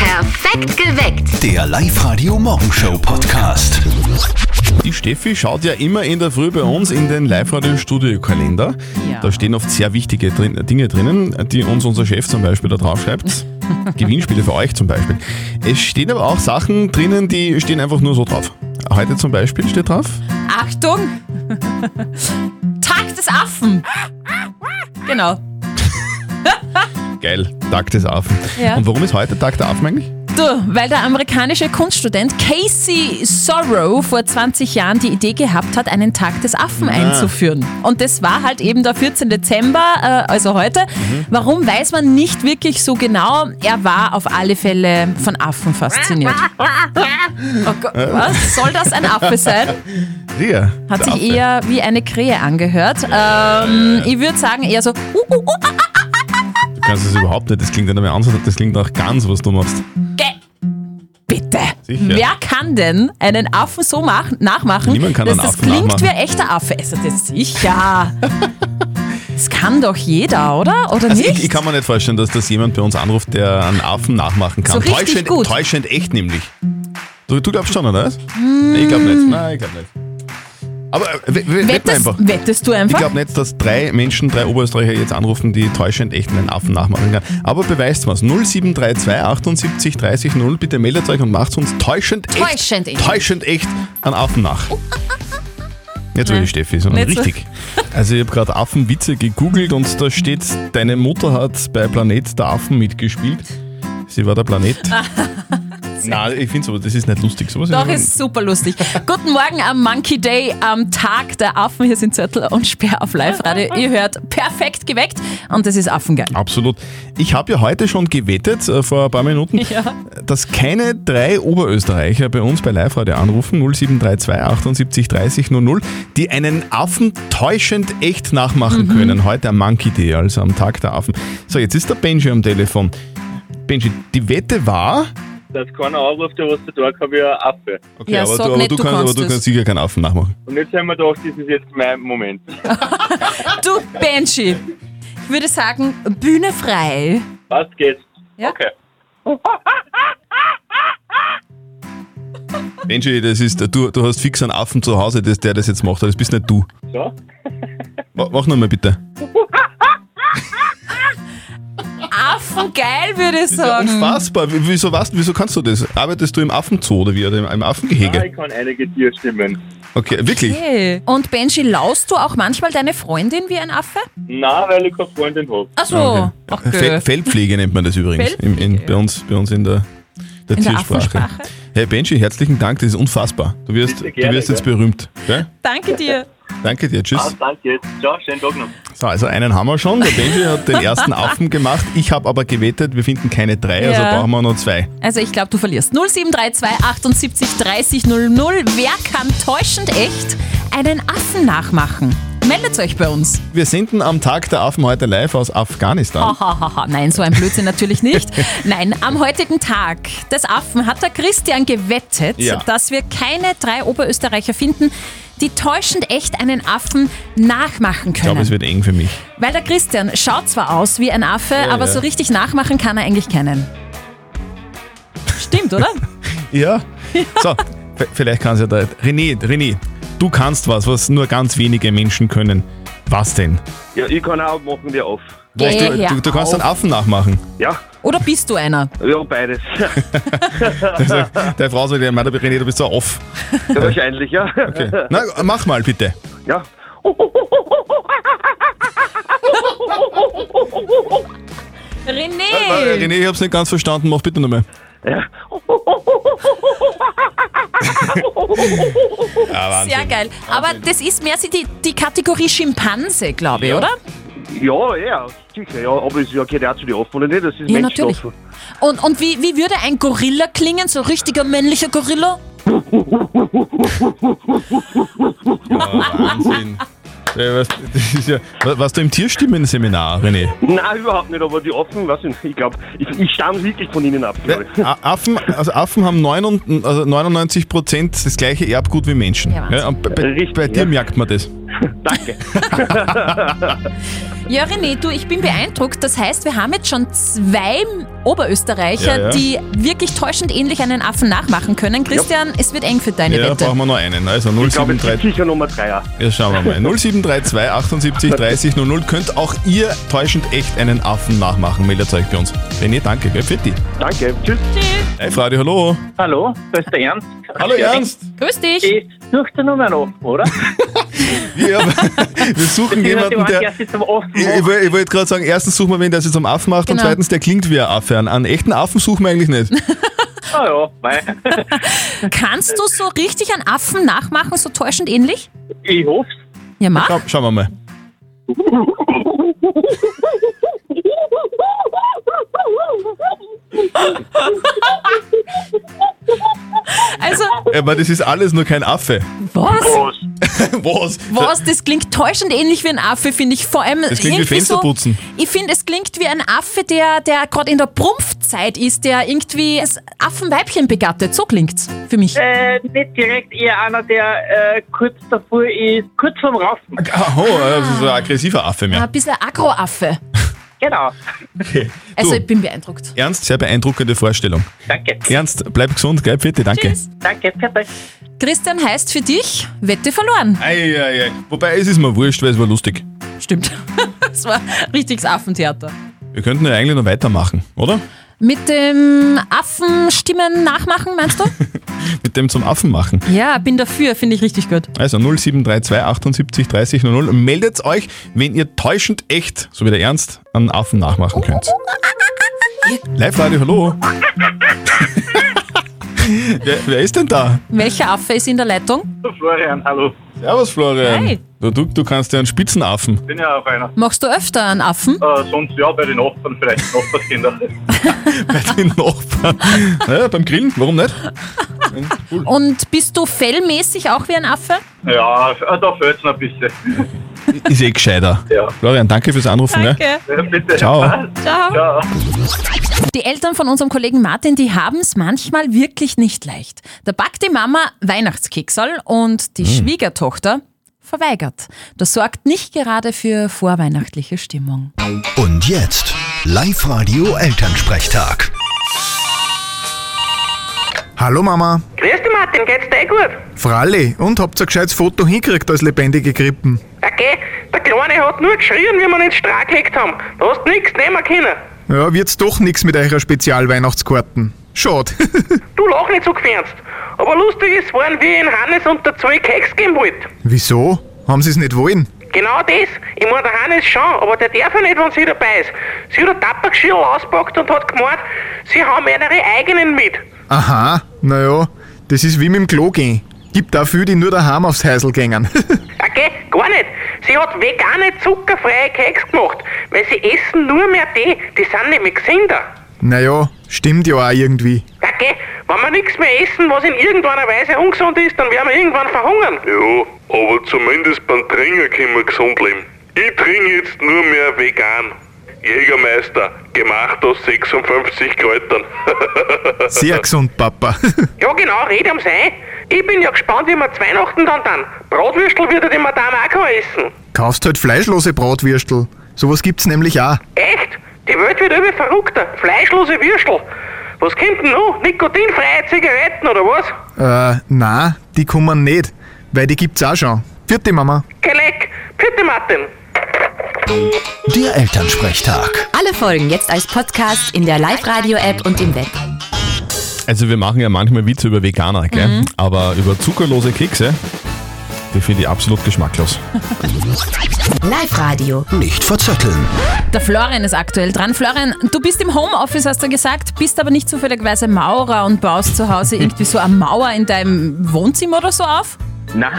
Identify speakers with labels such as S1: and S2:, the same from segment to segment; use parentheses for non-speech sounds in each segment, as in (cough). S1: Perfekt geweckt.
S2: Der Live-Radio Morgenshow Podcast.
S3: Die Steffi schaut ja immer in der Früh bei uns in den Live-Radio-Studio-Kalender.
S4: Ja.
S3: Da stehen oft sehr wichtige drin, Dinge drinnen, die uns unser Chef zum Beispiel da drauf schreibt.
S4: (laughs)
S3: Gewinnspiele für euch zum Beispiel. Es stehen aber auch Sachen drinnen, die stehen einfach nur so drauf. Heute zum Beispiel steht drauf,
S4: Achtung! Tag des Affen! Genau.
S3: geil, Tag des Affen.
S4: Ja.
S3: Und warum ist heute Tag der Affen eigentlich?
S4: Du, weil der amerikanische Kunststudent Casey Sorrow vor 20 Jahren die Idee gehabt hat, einen Tag des
S3: Ah.
S4: Affen einzuführen. Und das war halt eben der 14. Dezember, äh, also heute.
S3: Mhm.
S4: Warum weiß man nicht wirklich so genau. Er war auf alle Fälle von Affen
S3: (laughs)
S4: fasziniert. Oh Gott, was? Soll das ein Affe sein?
S3: Ja, der
S4: Hat sich
S3: Affe.
S4: eher wie eine Krähe angehört. Ähm, ich würde sagen, eher so. Uh, uh, uh, ah,
S3: Du kannst es überhaupt nicht, das klingt nicht mehr anders, das klingt nach ganz, was du machst.
S4: ge- Bitte.
S3: Sicher.
S4: Wer kann denn einen Affen so mach nachmachen,
S3: Niemand kann
S4: dass
S3: einen
S4: das
S3: Affen
S4: klingt
S3: nachmachen.
S4: wie ein echter Affe? Ist er
S3: (laughs)
S4: das sicher? das kann doch jeder, oder? Oder
S3: Also
S4: nicht?
S3: ich, ich kann mir nicht vorstellen, dass das jemand bei uns anruft, der einen Affen nachmachen kann.
S4: So richtig
S3: täuschend,
S4: gut.
S3: täuschend echt nämlich. Du, du glaubst schon, oder? was? Nee, ich glaube nicht. Nein, ich glaube nicht. Aber äh, we- we- wetten wir
S4: wettest,
S3: einfach.
S4: wettest du
S3: Ich
S4: einfach?
S3: glaube nicht, dass drei Menschen, drei Oberösterreicher jetzt anrufen, die täuschend echt einen Affen nachmachen kann. Aber beweist mal's. 0732 78 30 0. Bitte meldet euch und macht uns täuschend,
S4: Täuschend
S3: echt,
S4: echt.
S3: täuschend echt einen Affen nach. Nicht so wie die Steffi, sondern
S4: Nicht so. (laughs)
S3: richtig. Also ich habe gerade Affenwitze gegoogelt und da steht, deine Mutter hat bei Planet der Affen mitgespielt. Sie war der
S4: (laughs)
S3: Planet. Nein, ich finde sowas, das ist nicht lustig. Sowas
S4: doch, ist super lustig. Guten Morgen am Monkey Day, am Tag der Affen. Hier sind Zörtel und Speer auf Live-Radio. Ihr hört perfekt geweckt und das ist Affengeil.
S3: Absolut. Ich habe ja heute schon gewettet, äh, vor ein paar Minuten,
S4: Ja.
S3: dass keine drei Oberösterreicher bei uns bei Live Radio anrufen, 0732 78 30 00, die einen Affen täuschend echt
S4: Mhm.
S3: nachmachen können. Heute am Monkey Day, also am Tag der Affen. So, jetzt ist der Benji am Telefon. Benji, die Wette war.
S5: dass keiner anruft, der was zu tun hat, wie ein Affe.
S3: Okay,
S4: Ja,
S3: aber,
S4: sag
S3: du, aber,
S4: nicht,
S3: du
S4: du
S3: kannst, aber
S4: kannst
S3: du
S4: es.
S3: kannst sicher keinen Affen nachmachen.
S5: Und jetzt haben wir gedacht, das ist jetzt mein Moment.
S4: Du Benji, ich würde sagen, Bühne frei.
S5: Was geht's?
S4: Ja.
S5: Okay.
S3: Benji, das ist, du, du hast fix einen Affen zu Hause, das, der das jetzt macht, aber das bist nicht du.
S5: So.
S3: Ma- Mach nochmal bitte.
S4: Affengeil würde ich
S3: Ja,
S4: sagen.
S3: unfassbar. W- Wieso, was, wieso kannst du das? Arbeitest du im Affenzoo oder wie? Oder im, im
S5: Ah,
S3: Affengehege?
S5: ich kann einige Tierstimmen.
S3: Okay, wirklich?
S4: Okay. Und Benji, laust du auch manchmal deine Freundin wie ein Affe?
S5: Nein, weil ich keine Freundin habe.
S4: Achso,
S3: Okay. Fel- Feldpflege nennt man das übrigens im, in, bei, uns, bei uns in der, der
S4: In der
S3: Tiersprache.
S4: Affensprache.
S3: hey Benji, herzlichen Dank, das ist unfassbar. Du wirst,
S5: Bitte gerne,
S3: du wirst jetzt berühmt. Gell?
S4: danke dir.
S3: Danke dir, tschüss.
S5: Ah, danke. Ciao, schönen Tag noch.
S3: So, also einen haben wir schon. Der Benji hat den
S4: (laughs)
S3: ersten Affen gemacht. Ich habe aber gewettet, wir finden keine drei, also
S4: Ja.
S3: brauchen wir noch zwei.
S4: Also ich glaube, du verlierst. 0732 78 30 00. Wer kann täuschend echt einen Affen nachmachen? Meldet euch bei uns.
S3: Wir senden am Tag der Affen heute live aus Afghanistan.
S4: Hahaha, nein, so ein Blödsinn
S3: (laughs)
S4: natürlich nicht. Nein, am heutigen Tag des Affen hat der Christian gewettet,
S3: Ja.
S4: dass wir keine drei Oberösterreicher finden, die täuschend echt einen Affen nachmachen
S3: Ich glaube, es
S4: können.
S3: wird eng für mich.
S4: Weil der Christian schaut zwar aus wie ein Affe, aber
S3: ja.
S4: so richtig nachmachen kann er eigentlich keinen. Stimmt, oder?
S3: Ja. (laughs) So, v- vielleicht kannst ja da. René, René, du kannst was, was nur ganz wenige Menschen können. Was denn?
S6: Ja, ich kann auch machen wir auf.
S3: Du,
S4: Geh her
S3: du, du kannst
S4: auf.
S3: einen Affen nachmachen.
S6: Ja,
S4: Oder bist du einer?
S6: ja, beides. (laughs)
S3: Deine Frau sagt ja, Mann, René, du bist so (laughs) off.
S6: Ja, wahrscheinlich, ja.
S3: Okay. Na, mach mal bitte.
S6: (laughs) Ja. (laughs)
S3: Äh,
S4: René!
S3: René, ich hab's nicht ganz verstanden, mach bitte nochmal.
S6: ja.
S4: (laughs)
S6: (laughs)
S4: Sehr geil. Aber das ist mehr so die, die Kategorie Schimpanse, glaube ich, oder?
S6: Ja, ja, sicher, ja. Aber es ja, gehört auch zu den Affen, oder nicht? Das ist
S4: Ja, natürlich.
S6: Menschenstoffen.
S4: Und, und wie, wie würde ein Gorilla klingen, so ein richtiger männlicher Gorilla?
S3: Wahnsinn. Was, das ist (laughs) ja, wa- warst du im Tierstimmenseminar, René?
S6: Nein, überhaupt nicht. Aber die Affen, weiß ich nicht, ich glaube, ich, ich stamme wirklich von ihnen ab. glaub ich.
S3: A- Affen, also Affen haben 99, also 99 Prozent das gleiche Erbgut wie Menschen.
S4: Ja, Wahnsinn.
S3: und bei, bei, (laughs)
S6: Richtig,
S3: bei dir
S6: ja.
S3: merkt man das.
S6: Danke.
S4: Ja, René, du, ich bin beeindruckt. Das heißt, wir haben jetzt schon zwei Oberösterreicher,
S3: Ja, ja.
S4: die wirklich täuschend ähnlich einen Affen nachmachen können. Christian, es wird eng für deine
S3: Ja, da
S4: Wette.
S3: brauchen wir noch einen. Also
S6: Ich glaube, es gibt
S3: 0732.
S6: sicher Nummer 3.
S3: Ja, schauen wir mal. 0732 78 30 00 könnt auch ihr täuschend echt einen Affen nachmachen. Meldet euch bei uns. Wenn ihr danke, gell? Fitti.
S6: Danke, tschüss.
S3: Live Radio, hallo.
S5: Hallo, da ist der Ernst.
S3: Hallo Ernst.
S4: Grüß dich.
S5: Ich suchte nur meinen Offen, oder?
S3: (laughs) Wir, wir suchen jemanden, der.
S5: ist am Offen.
S3: Ich, ich woll- ich wollte gerade sagen, erstens suchen wir wen, der es jetzt am Affen macht
S4: Genau.
S3: und zweitens, der klingt wie ein Affe. An, an echten Affen suchen wir eigentlich nicht.
S5: Ah ja, (laughs) weil,
S4: Kannst du so richtig einen Affen nachmachen, so täuschend ähnlich?
S5: ich hoffe
S4: Ja, mach.
S3: Schau, schauen wir mal.
S4: Also,
S3: Aber das ist alles nur kein Affe.
S4: was?
S5: was.
S3: Was?
S4: (laughs) Was? Das klingt täuschend ähnlich wie ein Affe, finde ich. Vor allem
S3: Das klingt wie
S4: irgendwie so.
S3: Fensterputzen.
S4: Ich finde, es klingt wie ein Affe, der, der gerade in der Prumpfzeit ist, der irgendwie das Affenweibchen begattet. So klingt's für mich.
S1: Äh, nicht direkt, eher einer, der äh, kurz davor ist, kurz vorm Raufen.
S3: Ah, oh, das ist ein aggressiver Affe mehr.
S4: Ein bisschen Agroaffe.
S1: Genau.
S3: Okay.
S4: Also,
S3: Du,
S4: ich bin beeindruckt.
S3: Ernst, sehr beeindruckende Vorstellung.
S1: Danke.
S3: Ernst, bleib gesund, gell? Bitte, danke.
S4: Tschüss.
S1: Danke, perfekt.
S4: Christian heißt für dich Wette verloren.
S3: Ei, ei, ei. Wobei, es ist mir wurscht, weil es war lustig.
S4: Stimmt. (laughs) Das war richtiges Affentheater.
S3: Wir könnten ja eigentlich noch weitermachen, oder?
S4: Mit dem Affenstimmen nachmachen, meinst du?
S3: Mit dem zum Affen machen.
S4: ja, bin dafür, finde ich richtig gut.
S3: Also 0732 78 30 00. Meldet euch, wenn ihr täuschend echt, so wie der Ernst, einen Affen nachmachen könnt. Live-Radio, hallo. (laughs) wer, wer ist denn da?
S4: Welcher Affe ist in der Leitung?
S5: Florian, hallo.
S3: Servus, Florian.
S4: Hi.
S3: Du, du, du kannst ja einen Spitzenaffen. (laughs)
S5: Bin ja auch einer.
S4: Machst du öfter einen Affen?
S5: Äh, sonst ja, bei den Nachbarn vielleicht, Nachbarskinder.
S3: bei den Nachbarn. Naja, beim Grillen, warum nicht?
S4: Und bist du fellmäßig auch wie ein Affe?
S5: ja, äh, da fällt's noch ein bisschen.
S3: Ist eh gescheiter.
S5: Ja.
S3: Florian, danke fürs Anrufen. Ja.
S5: Ja, Äh, bitte.
S3: Ciao.
S4: Ciao.
S5: Ciao.
S4: Die Eltern von unserem Kollegen Martin, die haben es manchmal wirklich nicht leicht. Da backt die Mama Weihnachtskeksal und die Schwiegertochter verweigert. Das sorgt nicht gerade für vorweihnachtliche Stimmung.
S2: Und jetzt Live-Radio Elternsprechtag.
S7: Hallo Mama.
S8: Grüß dich Martin, geht's dir eh gut?
S7: Fralli, und habt ihr ein gescheites Foto hingekriegt als lebendige Krippen?
S8: Okay, der Kleine hat nur geschrien, wie wir ihn ins Strahl gelegt haben. Da hast du nichts nehmen können.
S7: Ja, wird's doch nix mit eurer Spezialweihnachtskarten. Schade. (laughs)
S8: Du lach nicht so gefernst. Aber lustig ist, waren wie ich in Hannes und der zwei Keks geben wollte.
S7: Wieso? Haben sie's nicht wollen?
S8: Genau das. Ich meine, der Hannes schon, aber der darf ja nicht, wenn sie dabei ist. Sie hat ein Tappergeschirr auspackt und hat gemeint, sie haben ihre eigenen mit.
S7: Aha, naja, das ist wie mit dem Klo gehen. Gibt auch viele, die nur daheim aufs Heisel gängen. (laughs)
S8: Okay, gar nicht. Sie hat vegane, zuckerfreie Keks gemacht, weil sie essen nur mehr die, die sind nämlich gesünder.
S7: naja, stimmt ja auch irgendwie.
S8: Okay, wenn wir nichts mehr essen, was in irgendeiner Weise ungesund ist, dann werden wir irgendwann verhungern.
S9: Ja, aber zumindest beim Trinken können wir gesund leben. Ich trinke jetzt nur mehr vegan. Jägermeister, gemacht aus 56 Kräutern. (laughs)
S7: Sehr gesund, Papa.
S8: Ja genau, red am Sein. Ich bin ja gespannt, wie wir zu Weihnachten dann dann. Bratwürstel wird ja die Madame auch kein essen.
S7: Kaufst halt fleischlose Bratwürstel. Sowas gibt's nämlich auch.
S8: Echt? Die Welt wird immer verrückter. Fleischlose Würstel. Was kommt denn noch? Nikotinfreie Zigaretten oder was?
S7: Äh, na, die kommen nicht, weil die gibt's auch schon. Vierte Mama.
S8: Kein Leck. Bitte Martin.
S2: Der Elternsprechtag.
S10: Alle Folgen jetzt als Podcast in der Live-Radio-App und im Web.
S3: Also wir machen ja manchmal Witze über Veganer, gell?
S4: Mhm.
S3: Aber über zuckerlose Kekse, die finde ich absolut geschmacklos.
S10: Live-Radio.
S2: Nicht verzetteln.
S4: Der Florian ist aktuell dran. Florian, du bist im Homeoffice, hast du gesagt, bist aber nicht zufälligerweise Maurer und baust zu Hause irgendwie so eine Mauer in deinem Wohnzimmer oder so auf?
S5: Nein,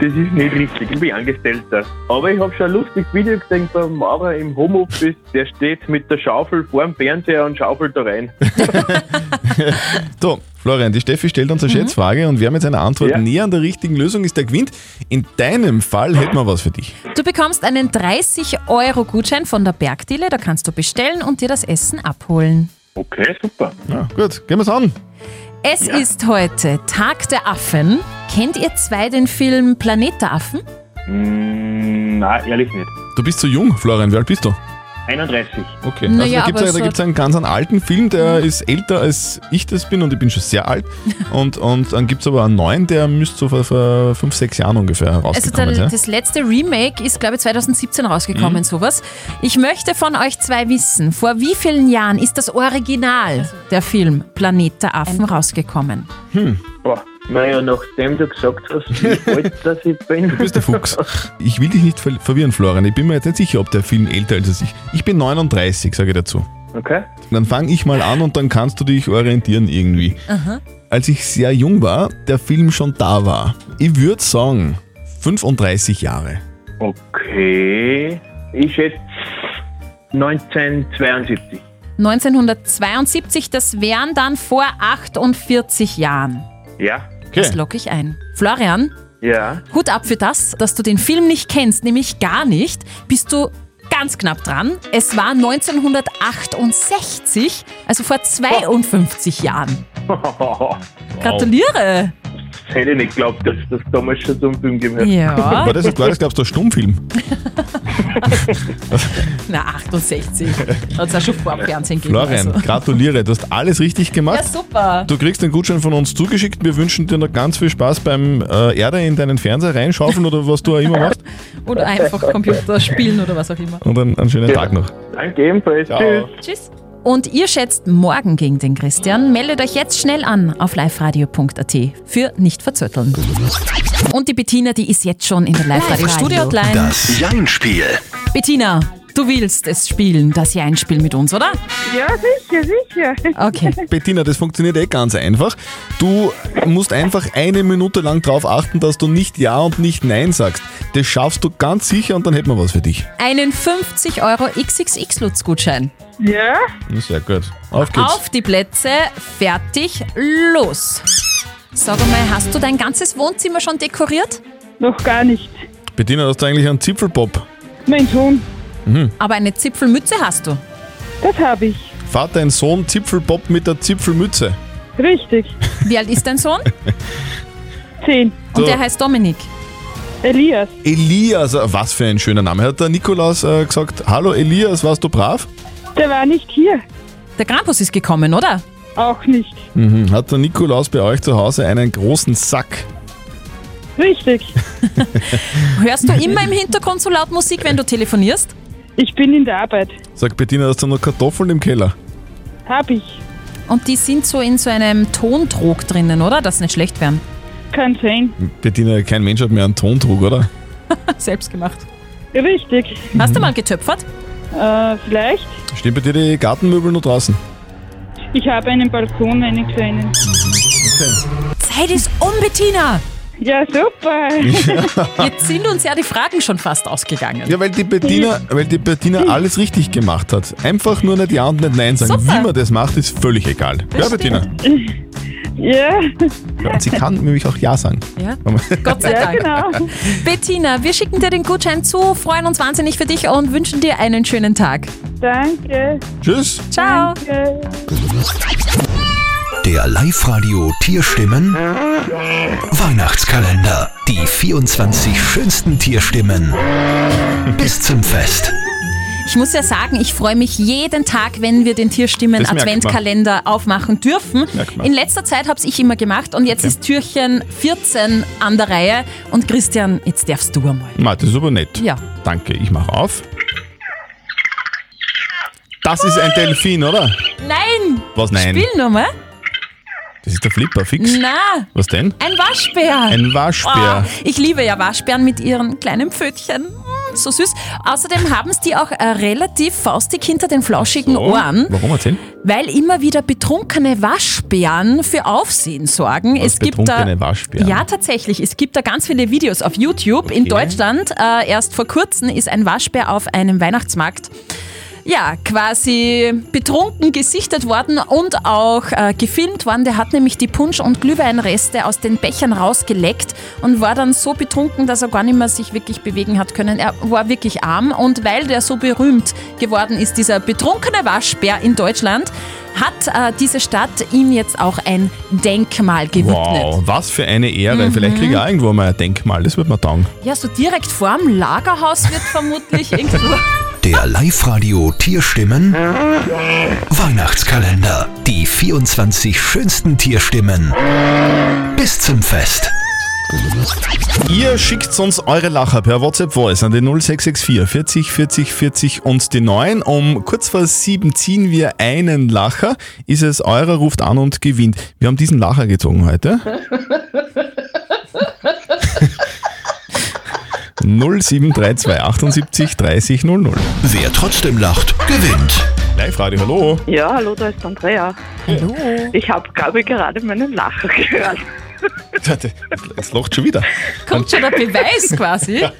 S5: das ist nicht richtig. Ich bin Angestellter. Aber ich habe schon ein lustiges Video gesehen vom Maurer im Homeoffice. Der steht mit der Schaufel vor dem Fernseher und schaufelt da rein.
S3: So, Florian, die Steffi stellt uns
S4: Mhm.
S3: eine Schätzfrage und wir haben jetzt eine Antwort
S5: Ja.
S3: näher an der richtigen Lösung ist der gewinnt. In deinem Fall hätten wir was für dich.
S4: Du bekommst einen 30-Euro-Gutschein von der Bergdiele, da kannst du bestellen und dir das Essen abholen.
S5: Okay, super.
S3: Ja, gut, gehen wir's an.
S4: Es ist heute Tag der Affen. Kennt ihr zwei den Film Planet der Affen?
S5: Mm, nein, ehrlich nicht.
S3: Du bist zu jung, Florian. Wie alt bist du?
S6: 31.
S3: Okay.
S4: Naja,
S3: also da gibt
S4: aber
S3: es
S4: so- Mhm.
S3: einen ganz einen alten Film, der ist älter als ich das bin und ich bin schon sehr
S4: (laughs)
S3: alt. Und, und dann gibt es aber einen neuen, der müsste so vor, vor fünf, sechs Jahren ungefähr
S4: Also
S3: herausgekommen
S4: der,
S3: sein.
S4: das letzte Remake ist, glaube ich, 2017 rausgekommen, sowas. Ich möchte von euch zwei wissen, vor wie vielen Jahren ist das Original, der Film Planet der Affen, rausgekommen?
S5: Boah, naja, nachdem du gesagt hast, wie alt das ich bin.
S3: Du bist der Fuchs. Ich will dich nicht ver verwirren, Florian. Ich bin mir jetzt nicht sicher, ob der Film älter ist als ich. Ich bin 39, sage ich dazu.
S5: Okay.
S3: Dann fange ich mal an und dann kannst du dich orientieren irgendwie. Als ich sehr jung war, der Film schon da war. Ich würde sagen, 35 Jahre.
S5: Okay. Ich schätze 1972.
S4: 1972, das wären dann vor 48 Jahren.
S5: Ja?
S4: Das locke ich ein. Florian,
S5: Ja.
S4: Hut ab für das, dass du den Film nicht kennst, nämlich gar nicht, bist du ganz knapp dran. Es war 1968, also vor 52 Jahren. Gratuliere!
S5: Das hätte ich nicht geglaubt, dass das damals schon so einen Film gegeben hat.
S4: Ja,
S3: War das, war das glaubst du, ein Stummfilm?
S4: (laughs) na 68. Hat es auch schon vor dem Fernsehen gegeben.
S3: Florian,
S4: Also.
S3: gratuliere, du hast alles richtig
S4: Ja,
S3: gemacht.
S4: super.
S3: Du kriegst den Gutschein von uns zugeschickt. Wir wünschen dir noch ganz viel Spaß beim äh, Erde in deinen Fernseher reinschaufeln oder was du auch immer machst.
S4: Oder einfach Computer spielen oder was auch immer.
S3: Und einen, einen schönen Tag noch.
S5: Danke ebenfalls. Tschüss.
S4: Tschüss. Und ihr schätzt morgen gegen den Christian. Meldet euch jetzt schnell an auf liveradio.at für nicht verzötteln. Und die Bettina, die ist jetzt schon in der Live-Radio-Studio-Hotline.
S2: Das Jein-Spiel.
S4: Bettina, du willst es spielen, das hier ein Spiel mit uns, (laughs) oder?
S11: Ja, sicher, sicher.
S4: Okay.
S3: Bettina, das funktioniert eh ganz einfach. Du musst einfach eine Minute lang darauf achten, dass du nicht Ja und nicht Nein sagst. Das schaffst du ganz sicher und dann hätten wir was für dich.
S4: Einen 50 Euro XXX-Lutz-Gutschein.
S11: Ja,
S3: Sehr gut. Auf geht's.
S4: Auf die Plätze, fertig, los. Sag mal, hast du dein ganzes Wohnzimmer schon dekoriert?
S11: noch gar nicht.
S3: Bettina, hast du eigentlich einen Zipfelpop?
S11: Mein Sohn,
S4: Aber eine Zipfelmütze hast du.
S11: das habe ich.
S3: Vater, ein Sohn, Zipfelpop mit der Zipfelmütze.
S11: Richtig.
S4: Wie alt ist dein Sohn?
S11: Zehn.
S4: Und der heißt Dominik.
S11: Elias,
S3: Elias, äh, was für ein schöner Name. Hat der Nikolaus äh, gesagt, hallo Elias, warst du brav?
S11: der war nicht hier.
S4: Der Krampus ist gekommen, oder?
S11: Auch nicht.
S3: Mhm. Hat der Nikolaus bei euch zu Hause einen großen Sack?
S11: Richtig.
S4: Hörst du immer im Hintergrund so laut Musik, wenn du telefonierst?
S11: Ich bin in der Arbeit.
S3: Sagt Bettina, hast du noch Kartoffeln im Keller?
S11: Hab ich.
S4: Und die sind so in so einem Tondruck drinnen, oder? Dass sie nicht schlecht werden. (laughs)
S11: Kann sein.
S3: Bettina, kein Mensch hat mehr einen Tondruck, oder?
S4: Selbst gemacht.
S11: Richtig.
S4: Hast du mal getöpfert?
S11: Äh, vielleicht.
S3: Stehen bei dir die Gartenmöbel noch draußen?
S11: Ich habe einen Balkon, einen kleinen.
S4: Zeit ist um, Bettina!
S11: Ja, super.
S7: Mhm.
S4: Jetzt sind uns ja die Fragen schon fast ausgegangen.
S3: Ja, weil die Bettina, weil die Bettina alles richtig gemacht hat. Einfach nur nicht Ja und nicht Nein sagen.
S4: Super.
S3: Wie man das macht, ist völlig egal. ja, Bettina.
S11: Ja,
S3: Ja, und sie kann nämlich auch Ja sagen.
S4: Ja. (laughs) Gott sei Dank.
S11: genau.
S4: Bettina, wir schicken dir den Gutschein zu, freuen uns wahnsinnig für dich und wünschen dir einen schönen Tag.
S7: (laughs)
S11: Danke.
S3: Tschüss.
S4: Ciao.
S11: Danke.
S2: Der Live-Radio Tierstimmen. Weihnachtskalender. Die 24 schönsten Tierstimmen. Bis zum Fest.
S4: Ich muss ja sagen, ich freue mich jeden Tag, wenn wir den Tierstimmen
S3: Das merkt man.
S4: Adventkalender aufmachen dürfen.
S3: merkt man.
S4: In letzter Zeit habe ich immer gemacht und jetzt ist Türchen 14 an der Reihe. Und Christian, jetzt darfst du einmal.
S3: Ma, das ist aber nett.
S4: Ja.
S3: Danke, ich mache auf. Das ist ein Delfin, oder?
S4: Nein!
S3: Was? Nein.
S4: Spielnummer?
S3: Das ist der Flipper, fix.
S4: Na,
S3: Was denn?
S4: ein Waschbär!
S3: Ein Waschbär.
S4: Oh, ich liebe ja Waschbären mit ihren kleinen Pfötchen. Mm, So süß. Außerdem haben es die auch äh, relativ faustig hinter den flauschigen
S3: So,
S4: Ohren,
S3: Oh. Warum erzählen?
S4: weil immer wieder betrunkene Waschbären für Aufsehen sorgen.
S3: Was, betrunkene Waschbären?
S4: Ja, tatsächlich. Es gibt da ganz viele Videos auf YouTube. In Deutschland, äh, erst vor kurzem, ist ein Waschbär auf einem Weihnachtsmarkt ja, quasi betrunken gesichtet worden und auch äh, gefilmt worden. Der hat nämlich die Punsch- und Glühweinreste aus den Bechern rausgeleckt und war dann so betrunken, dass er gar nicht mehr sich wirklich bewegen hat können. Er war wirklich arm und weil der so berühmt geworden ist, dieser betrunkene Waschbär in Deutschland, hat äh, diese Stadt ihm jetzt auch ein Denkmal gewidmet.
S3: Wow, was für eine Ehre.
S4: Mhm.
S3: Vielleicht kriege ich auch irgendwo mal ein Denkmal, das wird mir taugen.
S4: Ja, so direkt vorm Lagerhaus wird vermutlich irgendwo.
S2: Der Live-Radio Tierstimmen Weihnachtskalender. Die 24 schönsten Tierstimmen bis zum Fest.
S3: Ihr schickt uns eure Lacher per WhatsApp Voice an die 0664 40 40 40 und die 9. Um kurz vor 7 ziehen wir einen Lacher. Ist es eurer, ruft an und gewinnt. Wir haben diesen Lacher gezogen heute. 0732 78 30 00.
S2: Wer trotzdem lacht, gewinnt.
S3: Live Radio, hallo.
S11: Ja, hallo, da ist Andrea. Hallo. Ich habe, glaube ich, gerade meinen Lacher gehört.
S3: Es lacht schon wieder.
S4: Kommt schon der Beweis quasi.
S3: Äh,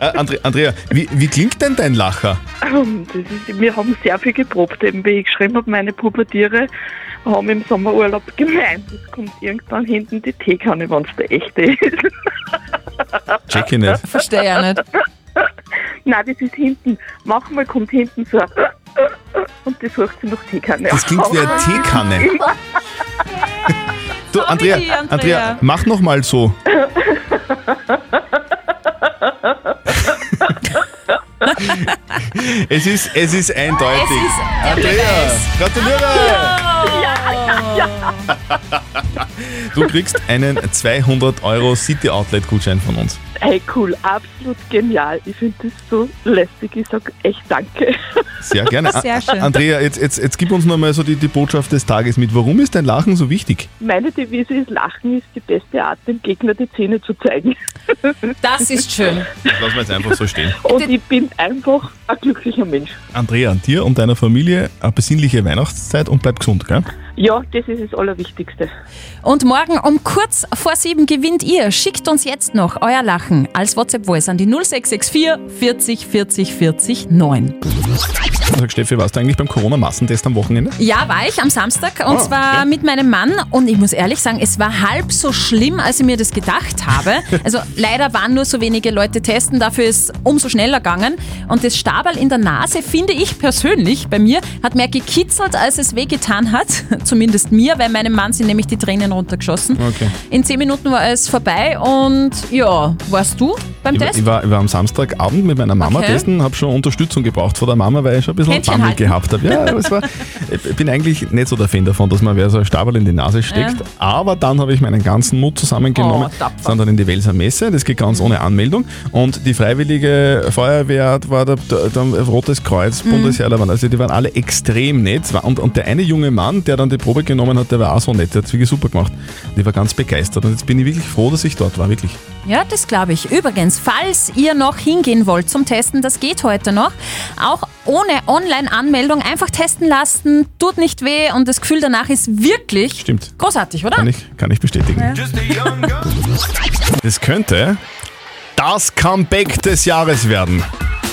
S3: Andre, Andrea, wie, wie klingt denn dein Lacher?
S11: Ähm, Das ist, wir haben sehr viel geprobt, eben wie ich geschrieben habe, meine Pubertiere haben im Sommerurlaub gemeint, es kommt irgendwann hinten die Teekanne, wenn es der echte ist.
S3: Check ich nicht.
S4: Verstehe ja nicht.
S11: Nein, das ist hinten. Manchmal kommt hinten so ein äh, und das sucht sie nach Teekanne.
S3: Das klingt wie eine Teekanne. Du, Andrea, Andrea,
S11: Andrea.
S3: mach noch mal so. es, ist, es ist eindeutig.
S4: Es
S3: Andrea,
S11: Oh.
S3: gratuliere! Du kriegst einen 200 Euro City Outlet Gutschein von uns.
S11: Hey, cool, absolut genial. Ich finde das so lästig. Ich sage echt danke. (laughs)
S3: Sehr gerne. Ah,
S11: Sehr schön.
S3: Andrea, jetzt, jetzt, jetzt gib uns noch mal so die, die Botschaft des Tages mit. Warum ist dein Lachen so wichtig?
S11: Meine Devise ist, Lachen ist die beste Art, dem Gegner die Zähne zu zeigen.
S4: Das ist schön.
S3: Das lassen wir jetzt einfach so stehen.
S11: Und ich bin einfach ein glücklicher Mensch.
S3: Andrea, dir und deiner Familie eine besinnliche Weihnachtszeit und bleib gesund, gell?
S11: Ja, das ist das Allerwichtigste.
S4: Und morgen um kurz vor sieben gewinnt ihr. Schickt uns jetzt noch euer Lachen als WhatsApp-Voice an die 0664 40 40 40 9.
S3: Sag Steffi, warst du eigentlich beim Corona-Massentest am Wochenende?
S4: Ja, war ich am Samstag und
S3: Ah,
S4: zwar
S3: okay.
S4: mit meinem Mann und ich muss ehrlich sagen, es war halb so schlimm, als ich mir das gedacht
S3: (laughs)
S4: habe. Also leider waren nur so wenige Leute testen, dafür ist es umso schneller gegangen und das Stabal in der Nase, finde ich persönlich, bei mir, hat mehr gekitzelt, als es wehgetan hat, (laughs) zumindest mir, weil meinem Mann sind nämlich die Tränen runtergeschossen.
S3: Okay.
S4: In zehn Minuten war es vorbei und ja, warst du beim
S3: Ich, war-
S4: Test?
S3: ich, war, ich war am Samstagabend mit meiner Mama
S4: Okay.
S3: testen, habe schon Unterstützung gebraucht von der Mama, weil ich schon ein bisschen
S4: Händchen
S3: Bammel
S4: halten.
S3: gehabt habe.
S4: (laughs)
S3: Ja, aber es war, ich bin eigentlich nicht so der Fan davon, dass man wer so ein Stabel in die Nase steckt.
S4: Ja.
S3: Aber dann habe ich meinen ganzen Mut zusammengenommen,
S4: Oh, tapfer.
S3: sind dann in die Welser Messe, das geht ganz ohne Anmeldung. Und die Freiwillige Feuerwehr war da, da, da Rotes Kreuz,
S4: Mhm.
S3: Bundesheer, da waren, also die waren alle extrem nett. War- Und, und der eine junge Mann, der dann die Probe genommen hat, der war auch so nett, der hat es wirklich super gemacht. Die war ganz begeistert. Und jetzt bin ich wirklich froh, dass ich dort war, wirklich.
S4: Ja, das glaube ich. Übrigens, falls ihr noch hingehen wollt zum Testen, das geht heute noch. Auch ohne Online-Anmeldung einfach testen lassen, tut nicht weh und das Gefühl danach ist wirklich
S3: Stimmt.
S4: großartig, oder?
S3: Kann ich, kann ich bestätigen.
S4: Ja.
S3: Das könnte das Comeback des Jahres werden.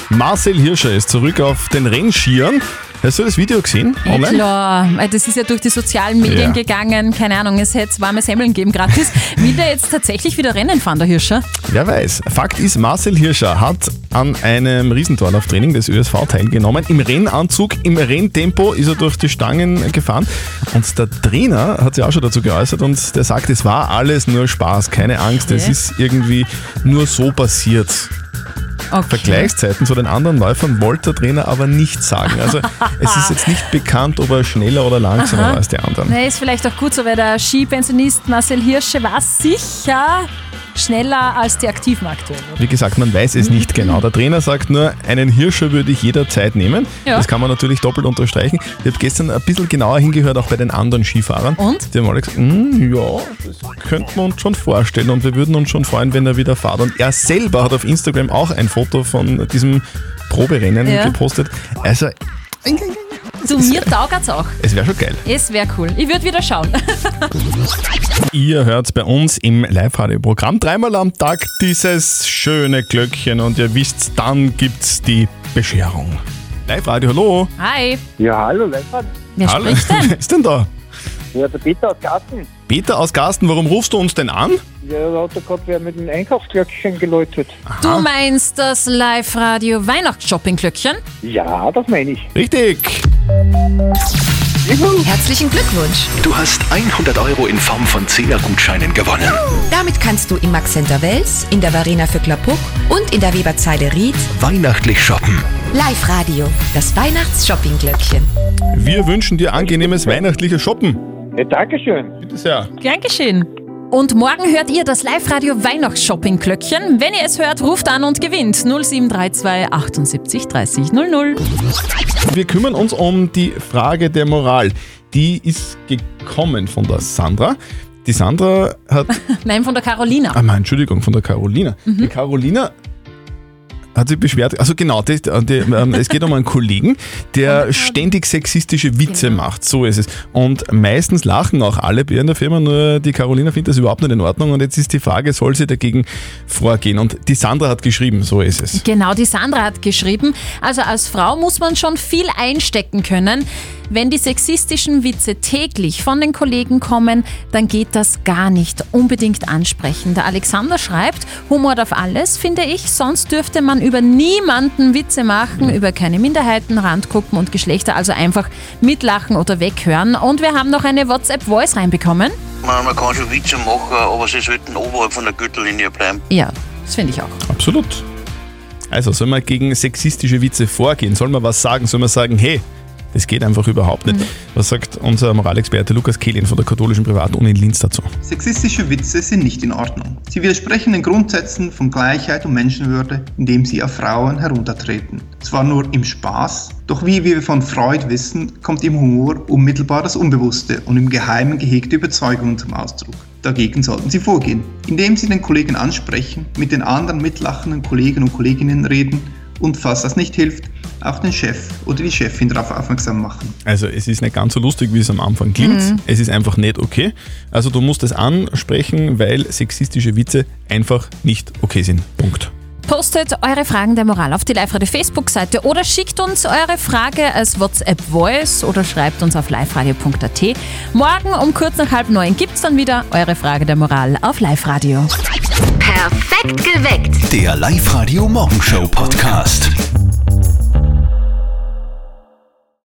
S3: Marcel Hirscher ist zurück auf den Rennschieren. Hast du das Video gesehen?
S4: Ja, klar, Weil das ist ja durch die sozialen Medien
S3: Ja.
S4: gegangen. Keine Ahnung, es hätte warmes Hemmeln
S3: (laughs)
S4: geben gratis. Will der jetzt tatsächlich wieder rennen fahren, der Hirscher?
S3: Wer weiß. Fakt ist, Marcel Hirscher hat an einem Riesentorlauftraining des ÖSV teilgenommen. Im Rennanzug, im Renntempo ist er durch die Stangen gefahren. Und der Trainer hat sich auch schon dazu geäußert und der sagt, es war alles nur Spaß, keine Angst, es
S4: Okay.
S3: ist irgendwie nur so passiert. Vergleichszeiten zu den anderen Läufern wollte der Trainer aber nicht sagen. Also es ist jetzt nicht bekannt, ob er schneller oder langsamer
S4: Aha.
S3: war als die anderen.
S4: Nee, ist vielleicht auch gut so, weil der Skipensionist Marcel Hirsche war sicher schneller als die Aktiven aktuell. oder?
S3: Wie gesagt, man weiß es nicht genau. Der Trainer sagt nur, einen Hirscher würde ich jederzeit nehmen.
S4: Ja.
S3: Das kann man natürlich doppelt unterstreichen. Ich habe gestern ein bisschen genauer hingehört, auch bei den anderen Skifahrern.
S4: Und?
S3: Die haben alle gesagt, "Mm, ja, das könnten wir uns schon vorstellen und wir würden uns schon freuen, wenn er wieder fährt. Und er selber hat auf Instagram auch ein Foto von diesem Proberennen
S4: Ja.
S3: gepostet. Also,
S4: Du, mir taugert's auch.
S3: es wäre schon geil.
S4: Es wäre cool. Ich würde wieder schauen.
S3: Ihr hört bei uns im Live-Radio-Programm dreimal am Tag dieses schöne Glöckchen und ihr wisst, dann gibt's die Bescherung. Live-Radio, hallo.
S4: Hi.
S11: Ja, hallo, Leifert.
S4: Wer
S3: hallo.
S4: spricht
S3: (laughs)
S4: denn?
S3: Wer ist denn da?
S11: Ja, der Peter aus Garten.
S3: Peter aus Garsten, warum rufst du uns denn an?
S11: Ja, da hat er gerade wer mit dem Einkaufsglöckchen geläutet.
S4: Du meinst das Live-Radio Weihnachts-Shopping-Glöckchen?
S11: Ja, das meine ich.
S3: Richtig.
S12: Herzlichen Glückwunsch.
S2: Du hast 100 Euro in Form von 10er Gutscheinen gewonnen.
S12: Damit kannst du im Max Center Wels, in der Varena für Klapuck und in der Weberzeile Ried
S2: Weihnachtlich shoppen.
S12: Live Radio, das Weihnachts-Shopping-Glöckchen.
S3: Wir wünschen dir angenehmes weihnachtliches Shoppen.
S11: Ja, Dankeschön.
S3: Bitte sehr.
S4: Gern geschehen. Und morgen hört ihr das Live-Radio Weihnachts-Shopping-Glöckchen. Wenn ihr es hört, ruft an und gewinnt 0732 78 30 00.
S3: Wir kümmern uns um die Frage der Moral. Die ist gekommen von der Sandra. Die Sandra hat.
S4: Nein, von der Carolina.
S3: ah, nein, Entschuldigung, von der Carolina. Die Carolina hat sich beschwert. Also genau, das, die, ähm, es geht um einen Kollegen, der ständig sexistische Witze macht. So ist es. Und meistens lachen auch alle bei ihr in der Firma, nur die Carolina findet das überhaupt nicht in Ordnung. Und jetzt ist die Frage, soll sie dagegen vorgehen? Und die Sandra hat geschrieben, so ist es.
S4: Genau, die Sandra hat geschrieben, also als Frau muss man schon viel einstecken können. Wenn die sexistischen Witze täglich von den Kollegen kommen, dann geht das gar nicht. Unbedingt ansprechen. Der Alexander schreibt, Humor darf alles, finde ich. Sonst dürfte man über niemanden Witze machen, über keine Minderheiten, Randgruppen und Geschlechter. Also einfach mitlachen oder weghören. Und wir haben noch eine WhatsApp-Voice reinbekommen.
S13: Man, man kann schon Witze machen, aber sie sollten oberhalb von der Gürtellinie bleiben.
S4: Ja, das finde ich auch.
S3: Absolut. Also, soll man gegen sexistische Witze vorgehen? Soll man was sagen? Soll man sagen, hey, das geht einfach überhaupt nicht? Was sagt unser Moralexperte Lukas Kehlin von der katholischen Privatuni in Linz dazu?
S8: Sexistische Witze sind nicht in Ordnung. Sie widersprechen den Grundsätzen von Gleichheit und Menschenwürde, indem sie auf Frauen heruntertreten. Zwar nur im Spaß, doch wie wir von Freud wissen, kommt im Humor unmittelbar das Unbewusste und im Geheimen gehegte Überzeugungen zum Ausdruck. Dagegen sollten Sie vorgehen, indem Sie den Kollegen ansprechen, mit den anderen mitlachenden Kollegen und Kolleginnen reden und, falls das nicht hilft, auch den Chef oder die Chefin darauf aufmerksam machen.
S3: Also es ist nicht ganz so lustig, wie es am Anfang klingt.
S8: Mhm.
S3: Es ist einfach nicht okay. Also du musst es ansprechen, weil sexistische Witze einfach nicht okay sind. Punkt.
S4: Postet eure Fragen der Moral auf die Live-Radio Facebook-Seite oder schickt uns eure Frage als WhatsApp-Voice oder schreibt uns auf liveradio.at. Morgen um kurz nach halb neun gibt's dann wieder eure Frage der Moral auf Live-Radio.
S2: Der Live-Radio Morgenshow Podcast.